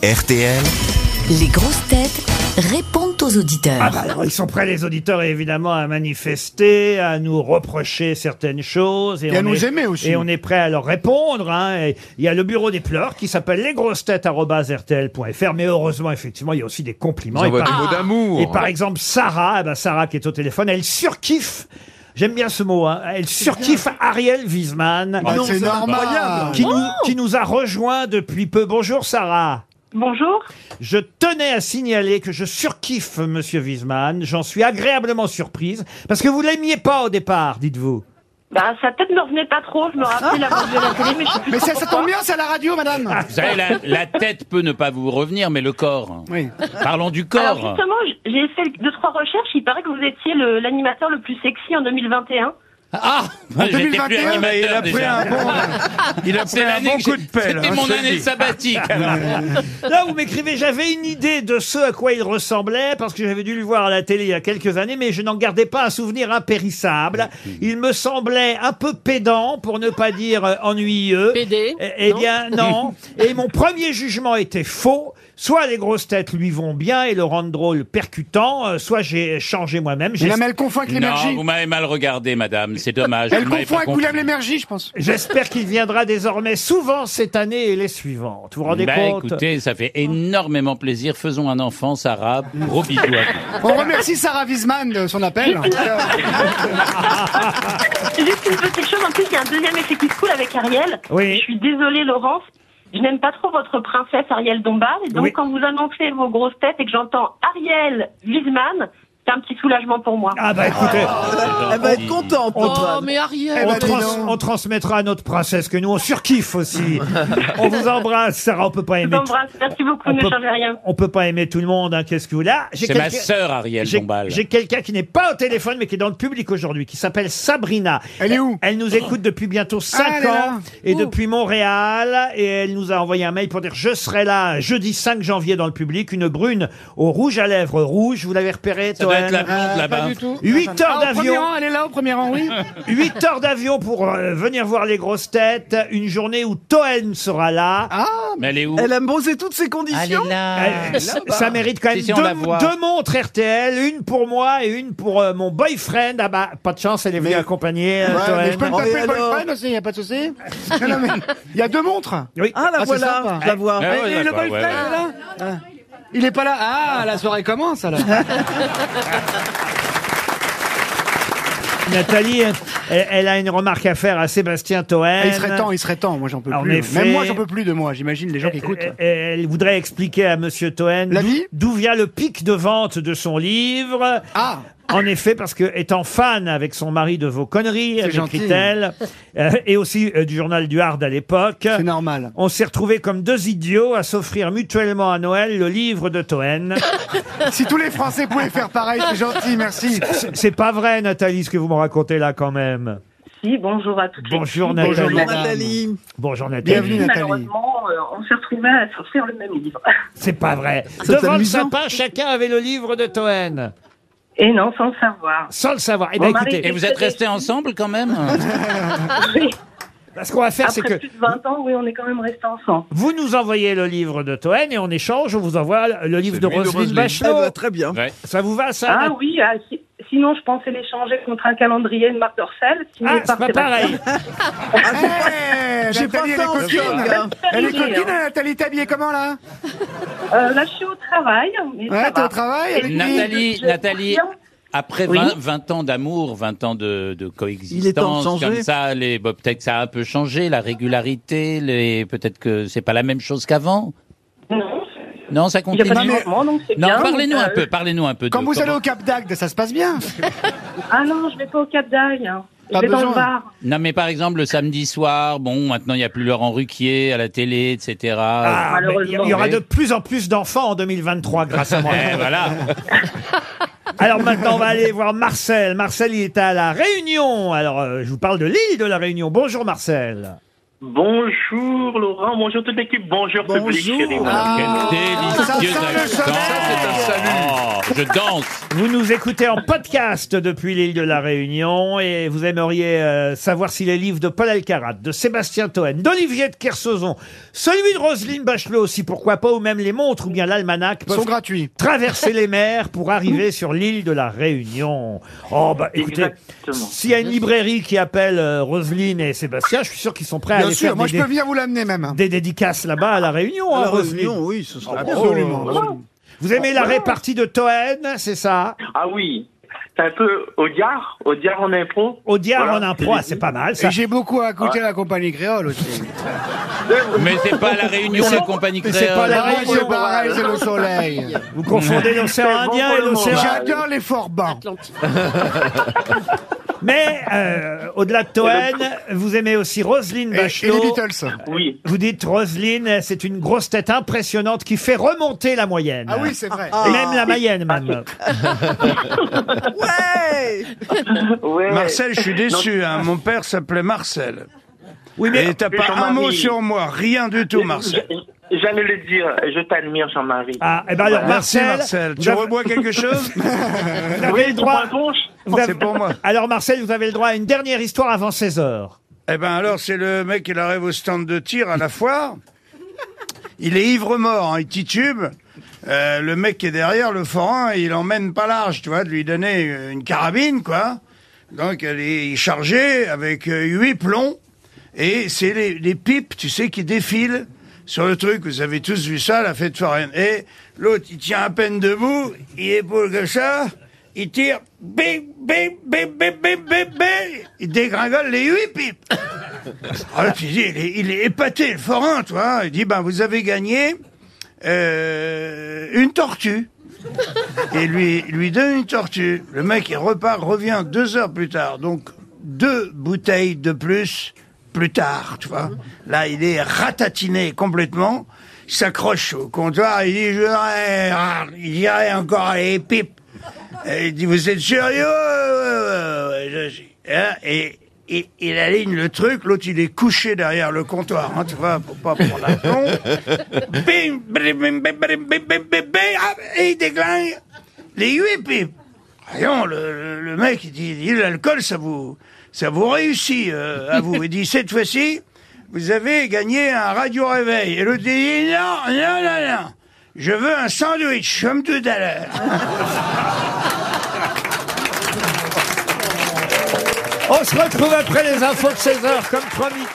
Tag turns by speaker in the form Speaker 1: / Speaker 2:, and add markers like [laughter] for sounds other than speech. Speaker 1: RTL.
Speaker 2: Les grosses têtes répondent aux auditeurs.
Speaker 3: Ah bah alors, ils sont prêts, les auditeurs, évidemment, à manifester, à nous reprocher certaines choses.
Speaker 4: Et à
Speaker 3: on
Speaker 4: nous
Speaker 3: est-
Speaker 4: aimer aussi.
Speaker 3: Et on est prêt à leur répondre. hein. Et Il y a le bureau des pleurs qui s'appelle lesgrossetêtes.rtl.fr. Mais heureusement, effectivement, il y a aussi des compliments.
Speaker 5: Ils
Speaker 3: Et
Speaker 5: envoient
Speaker 3: par-
Speaker 5: des mots d'amour. hein.
Speaker 3: Et par exemple, Sarah, eh ben, Sarah qui est au téléphone, elle surkiffe. J'aime bien ce mot. hein. Elle surkiffe Ariel Wiesman.
Speaker 4: Ah, c'est normal.
Speaker 3: Qui, nous, qui nous a rejoint depuis peu. Bonjour Sarah.
Speaker 6: Bonjour.
Speaker 3: Je tenais à signaler que je surkiffe Monsieur Wiesmann. J'en suis agréablement surprise parce que vous l'aimiez pas au départ, dites-vous.
Speaker 6: Bah, sa tête me revenait pas trop. Je me rappelais la voix de la télé, mais je sais plus
Speaker 4: Mais
Speaker 6: trop
Speaker 4: ça, ça
Speaker 6: pourquoi.
Speaker 4: tombe bien, c'est à la radio, madame.
Speaker 7: Vous savez, la, la tête peut ne pas vous revenir, mais le corps.
Speaker 4: Oui.
Speaker 7: Parlons du
Speaker 6: Alors
Speaker 7: corps.
Speaker 6: justement, j- j'ai fait deux trois recherches. Il paraît que vous étiez le- l'animateur le, plus sexy en 2021.
Speaker 7: Ah, j'étais plus
Speaker 4: 2021,
Speaker 7: animateur
Speaker 5: il a pris
Speaker 7: déjà.
Speaker 5: un
Speaker 7: [laughs]
Speaker 5: bon, il a pris
Speaker 7: C'est
Speaker 5: un
Speaker 7: l'année
Speaker 5: bon
Speaker 7: que
Speaker 5: coup
Speaker 7: j'ai-
Speaker 5: de pelle.
Speaker 7: C'était
Speaker 5: hein,
Speaker 7: mon
Speaker 5: je te le
Speaker 7: année
Speaker 5: dis.
Speaker 7: sabbatique.
Speaker 3: Là, vous m'écrivez, j'avais une idée de ce à quoi il ressemblait parce que j'avais dû le voir à la télé il y a quelques années, mais je n'en gardais pas un souvenir impérissable. Il me semblait un peu pédant, pour ne pas dire euh, ennuyeux.
Speaker 8: Pédé
Speaker 3: Eh- Eh bien, non. Et mon premier jugement était faux. Soit les grosses têtes lui vont bien et le rendent drôle percutant, euh, soit j'ai changé moi-même. J'ai-
Speaker 4: Madame, elle confond avec
Speaker 7: Non,
Speaker 4: l'énergie.
Speaker 7: vous m'avez mal regardé, madame. C'est dommage.
Speaker 4: Elle
Speaker 7: vous m'avez
Speaker 4: confond
Speaker 7: pas
Speaker 4: avec
Speaker 7: compris.
Speaker 4: William l'énergie, je pense.
Speaker 3: J'espère qu'il viendra désormais souvent cette année et les suivantes. Vous vous rendez
Speaker 7: Bah,
Speaker 3: compte
Speaker 7: écoutez, ça fait énormément plaisir. Faisons un enfant, Sarah. Gros bisous. à vous.
Speaker 4: On remercie Sarah Wiesman de son appel.
Speaker 6: Juste une petite chose. En plus, il y a un deuxième effet qui se coule avec Ariel.
Speaker 3: Oui.
Speaker 6: Je suis désolée, Laurence. Je n'aime pas trop votre princesse Ariel Dombal. Et donc,
Speaker 3: Oui.
Speaker 6: quand vous annoncez vos grosses têtes et que j'entends Ariel Wiesman, c'est un petit soulagement pour moi.
Speaker 3: Ah bah écoutez,
Speaker 7: Elle va être contente.
Speaker 8: Oh, mais
Speaker 4: Eh
Speaker 8: Ariel
Speaker 4: ben,
Speaker 3: on,
Speaker 4: dis
Speaker 3: trans-
Speaker 4: donc.
Speaker 3: on transmettra à notre princesse que nous on surkiffe aussi. on vous embrasse, Sarah, on peut pas
Speaker 6: Je
Speaker 3: aimer.
Speaker 6: vous
Speaker 3: tout-
Speaker 6: embrasse. Merci beaucoup.
Speaker 3: on
Speaker 6: Ne
Speaker 3: peut-
Speaker 6: changez rien.
Speaker 3: On peut pas aimer tout le monde, hein, qu'est-ce que vous là j'ai
Speaker 7: C'est ma
Speaker 3: quelqu'un-
Speaker 7: sœur, Ariel
Speaker 3: J'ai
Speaker 7: Dombal.
Speaker 3: j'ai quelqu'un qui n'est pas au téléphone mais qui est dans le public aujourd'hui, qui s'appelle Sabrina.
Speaker 4: Elle est où Ah,
Speaker 3: Elle nous écoute depuis bientôt 5
Speaker 4: elle est là.
Speaker 3: ans et depuis Montréal et elle nous a envoyé un mail pour dire je serai là jeudi 5 janvier dans le public, une brune au rouge à lèvres rouge, vous l'avez repéré
Speaker 7: Ça doit
Speaker 3: Toen
Speaker 7: être la blonde,
Speaker 4: Euh,
Speaker 7: là-bas.
Speaker 4: pas du tout.
Speaker 3: Huit
Speaker 4: Attends.
Speaker 3: heures
Speaker 4: Ah, au premier
Speaker 3: d'avion.
Speaker 4: rang, Elle est là au premier rang, [laughs] oui.
Speaker 3: 8 heures d'avion pour euh, venir voir les grosses têtes, une journée où Toen sera là.
Speaker 9: Ah,
Speaker 7: Mais elle est où
Speaker 9: Elle a posé toutes ses conditions.
Speaker 3: Euh, ça- ça mérite quand même
Speaker 7: Si, si, on la
Speaker 3: deux,
Speaker 7: voit.
Speaker 3: deux montres RTL, une pour moi et une pour euh, mon boyfriend. Ah bah, pas de chance, elle est venue
Speaker 9: Mais-
Speaker 3: accompagner euh,
Speaker 4: Ouais, mais je peux
Speaker 3: Toen.
Speaker 4: me taper
Speaker 9: Et
Speaker 4: le
Speaker 9: alors
Speaker 4: boyfriend aussi, y a pas de souci. Non, non, mais Il y a deux montres.
Speaker 3: Oui.
Speaker 9: Ah, la
Speaker 4: Ah, c'est
Speaker 9: voilà,
Speaker 4: sympa.
Speaker 9: je la vois.
Speaker 7: Ah ouais,
Speaker 9: Et- et le
Speaker 7: d'accord,
Speaker 9: boyfriend,
Speaker 7: ouais, ouais.
Speaker 9: il est là
Speaker 4: Il est pas là. Ah, la soirée commence alors.
Speaker 3: Nathalie, elle, elle a une remarque à faire à Sébastien Toen.
Speaker 4: Ah, Il serait temps, il serait temps. Moi, j'en peux
Speaker 3: En
Speaker 4: plus.
Speaker 3: effet.
Speaker 4: Même moi, j'en peux plus de moi. J'imagine les gens
Speaker 3: [laughs]
Speaker 4: qui écoutent.
Speaker 3: Elle, elle- elle voudrait expliquer à Monsieur Toen
Speaker 4: La
Speaker 3: d'où-
Speaker 4: vie
Speaker 3: d'où vient le pic de vente de son livre.
Speaker 4: Ah,
Speaker 3: En effet, parce que étant fan avec son mari de vos conneries,
Speaker 4: gentil.
Speaker 3: écrit-elle, euh, et aussi euh, du journal du Hard à l'époque,
Speaker 4: c'est normal.
Speaker 3: on s'est retrouvés comme deux idiots à s'offrir mutuellement à Noël le livre de Toen.
Speaker 4: Si tous les Français pouvaient faire pareil, c'est gentil, merci.
Speaker 3: C'est- C'est pas vrai, Nathalie, ce que vous me racontez là quand même.
Speaker 6: Si, bonjour à toutes.
Speaker 3: Bonjour
Speaker 6: les filles.
Speaker 3: Nathalie.
Speaker 9: Bonjour
Speaker 4: madame.
Speaker 9: Nathalie.
Speaker 3: Bonjour Nathalie.
Speaker 4: Bienvenue, Nathalie.
Speaker 6: Malheureusement, euh, on s'est retrouvés à sortir le même livre.
Speaker 3: C'est pas vrai.
Speaker 9: C'est
Speaker 3: Devant le
Speaker 9: amusant.
Speaker 3: sapin, chacun avait le livre de Toen,
Speaker 6: Et non, sans le savoir.
Speaker 3: sans le savoir. Eh
Speaker 6: Mon
Speaker 3: ben
Speaker 6: mari
Speaker 3: écoutez,
Speaker 7: Et vous êtes restés ensemble quand même
Speaker 6: Oui.
Speaker 3: ce qu'on va faire, c'est
Speaker 6: Après
Speaker 3: que
Speaker 6: plus de 20 ans, oui, on est quand même restés ensemble.
Speaker 3: vous nous envoyez le livre de Toen et en échange, on vous envoie le livre de
Speaker 5: Celui de
Speaker 3: Roselyne
Speaker 5: Roselyne.
Speaker 9: Eh ben,
Speaker 3: Bachelot.
Speaker 9: très bien.
Speaker 7: Ouais.
Speaker 3: Ça vous va, ça
Speaker 6: Ah
Speaker 3: Nathalie
Speaker 6: oui, ah, si- sinon je pensais l'échanger contre un calendrier de Marc Dorcel. signé
Speaker 3: Ah,
Speaker 6: par
Speaker 3: c'est pas
Speaker 6: Sébastien.
Speaker 3: pareil.
Speaker 4: Hey,
Speaker 9: Ah, J'ai pas
Speaker 4: Eh, Nathalie, elle est
Speaker 9: ça en
Speaker 4: coquine.
Speaker 9: string, hein.
Speaker 4: Elle est
Speaker 6: Super idée,
Speaker 4: coquine,
Speaker 6: hein.
Speaker 4: hein, Nathalie Tabier, comment là
Speaker 6: Euh, là, je suis au travail. Mais ça
Speaker 4: Ouais, t'es
Speaker 6: va.
Speaker 4: au travail avec lui
Speaker 7: Nathalie,
Speaker 6: Je- je-
Speaker 7: Nathalie, après
Speaker 6: Oui.
Speaker 7: 20, 20 ans d'amour, 20 ans de, de
Speaker 9: Il est temps de
Speaker 7: coexistence,
Speaker 9: changer.
Speaker 7: comme ça, les, bah, peut-être que ça a un peu changé, la régularité, les, peut-être que c'est pas la même chose qu'avant.
Speaker 6: Non,
Speaker 7: Non, ça
Speaker 6: il n'y
Speaker 7: continue.
Speaker 6: a pas de changement, donc c'est
Speaker 7: Non,
Speaker 6: bien.
Speaker 7: parlez-nous
Speaker 6: Euh,
Speaker 7: un peu, parlez-nous un peu.
Speaker 4: Quand
Speaker 7: de
Speaker 4: vous allez
Speaker 7: comment-
Speaker 4: au Cap d'Agde, ça se passe bien.
Speaker 6: Ah non, je vais pas au Cap d'Aille. hein. Je
Speaker 4: Pas
Speaker 6: vais dans
Speaker 4: besoin.
Speaker 6: le bar.
Speaker 7: Non, mais par exemple, le samedi soir, bon, maintenant, il n'y a plus Laurent Ruquier à la télé, etc.
Speaker 3: Ah, mais il y- il y aura
Speaker 7: oui.
Speaker 3: de plus en plus d'enfants en 2023 grâce à moi.
Speaker 7: [laughs] Eh, voilà.
Speaker 3: Alors maintenant, on va aller voir Marcel. Marcel, il est à La Réunion. Alors, euh, je vous parle de l'île de La Réunion. Bonjour Marcel.
Speaker 1: Bonjour Laurent, bonjour toute l'équipe, bonjour, public. chérie.
Speaker 4: Ah. Ça sent
Speaker 7: Délicieux
Speaker 4: le
Speaker 7: accent.
Speaker 4: chemin.
Speaker 7: Oh, Je danse
Speaker 3: Vous nous écoutez en podcast depuis l'île de la Réunion et vous aimeriez euh, savoir si les livres de Paul Alcarat, de Sébastien Toen, d'Olivier de Kersauzon, celui de Roselyne Bachelot aussi, pourquoi pas, ou même les montres ou bien l'almanach
Speaker 4: Ils sont
Speaker 3: peuvent
Speaker 4: gratuits.
Speaker 3: traverser les mers
Speaker 4: [laughs]
Speaker 3: pour arriver sur l'île de la Réunion. Oh bah écoutez,
Speaker 1: Exactement.
Speaker 3: s'il y a une librairie qui appelle euh, Roselyne et Sébastien, je suis sûr qu'ils sont prêts à
Speaker 4: Bien
Speaker 3: aller
Speaker 4: sûr,
Speaker 3: faire
Speaker 4: moi
Speaker 3: des,
Speaker 4: je peux venir vous l'amener même. Ah,
Speaker 3: des dédicaces là-bas à la Réunion, hein, Roselyne.
Speaker 8: oui, ce sera
Speaker 4: Absolument.
Speaker 3: Vous aimez la répartie de Toen, c'est ça
Speaker 1: Ah oui, c'est un peu au diar, au diar en impro.
Speaker 3: Au diable
Speaker 1: Voilà.
Speaker 3: en impro, ah, c'est pas mal ça.
Speaker 4: Et j'ai beaucoup à écouter la compagnie créole aussi.
Speaker 7: Mais c'est pas à la réunion, la compagnie créole.
Speaker 3: pas la-
Speaker 4: Pareil,
Speaker 3: Réunion.
Speaker 4: c'est pareil, c'est le soleil.
Speaker 3: Vous confondez l'océan
Speaker 1: C'est bon
Speaker 3: Indien
Speaker 1: pour
Speaker 3: et
Speaker 1: le
Speaker 3: l'océan.
Speaker 1: moral.
Speaker 4: J'adore les forts bains.
Speaker 3: Mais euh, au-delà de Toen, vous aimez aussi Roselyne
Speaker 4: Et, et les
Speaker 3: Bachelot.
Speaker 4: Beatles.
Speaker 1: Oui,
Speaker 3: vous dites Roselyne, c'est une grosse tête impressionnante qui fait remonter la moyenne.
Speaker 4: Ah oui, c'est vrai.
Speaker 3: Et Même la Mayenne, même.
Speaker 1: ouais.
Speaker 8: Marcel, je suis déçu. hein. Mon père s'appelait Marcel.
Speaker 3: Oui, mais
Speaker 8: Et t'as
Speaker 1: Mais
Speaker 8: pas
Speaker 1: ton
Speaker 8: un
Speaker 1: mari-
Speaker 8: mot sur moi, rien du tout, Marcel.
Speaker 1: J- J'allais le dire, je t'admire Jean-Marie.
Speaker 3: ah, eh ben alors,
Speaker 8: Merci,
Speaker 3: Marcel,
Speaker 8: Marcel.
Speaker 3: vous
Speaker 8: Tu
Speaker 3: avez-
Speaker 8: rebois
Speaker 3: [laughs]
Speaker 8: quelque chose
Speaker 3: vous avez le droit.
Speaker 1: Point gauche
Speaker 3: vous avez-
Speaker 8: C'est pour moi.
Speaker 3: Alors, Marcel, vous avez le droit à une dernière histoire avant 16 heures.
Speaker 8: Eh ben alors, c'est le mec, il arrive au stand de tir à la foire. Il est ivre-mort, hein, il titube. Euh, le mec qui est derrière, le forain, il emmène pas large, tu vois, de lui donner euh, une carabine, quoi. Donc, elle est chargée avec euh, huit plombs. Et c'est les, les pipes, tu sais, qui défilent sur le truc. Vous avez tous vu ça, la fête foraine. Et l'autre, il tient à peine debout, il épaule comme ça, il tire, bing, bing, bing, bing, bing, bing, bing. Il dégringole les huit pipes. Alors, tu dis, Ah, il est, il est épaté, le forain, tu vois. Il dit, ben, vous avez gagné euh, une tortue. Et lui, il lui donne une tortue. Le mec, il repart, revient deux heures plus tard. Donc, deux bouteilles de plus, plus tard, tu vois. Là, il est ratatiné complètement. Il s'accroche au comptoir. Il dit, je voudrais- ah, il dirait encore les pipes. Et il dit, vous êtes sérieux Ouais, ouais, ouais, ouais, je suis. Et là, Et, et- il aligne le truc, l'autre il est couché derrière le comptoir, hein, tu vois, pour pas pour la plomb. Bim, bim, bim, bim, bim, bim, bim, bim, bim, ah, et il déclingue les huit pipes. Voyons, le, le- le mec, il dit, il dit, l'alcool, ça vous, ça vous réussit euh, à vous. Il dit, cette fois-ci, vous avez gagné un radio-réveil. Et l'autre il dit, non, non, non, non, je veux un sandwich, comme tout à l'heure.
Speaker 3: On se retrouve après les infos de 16 heures, comme promis.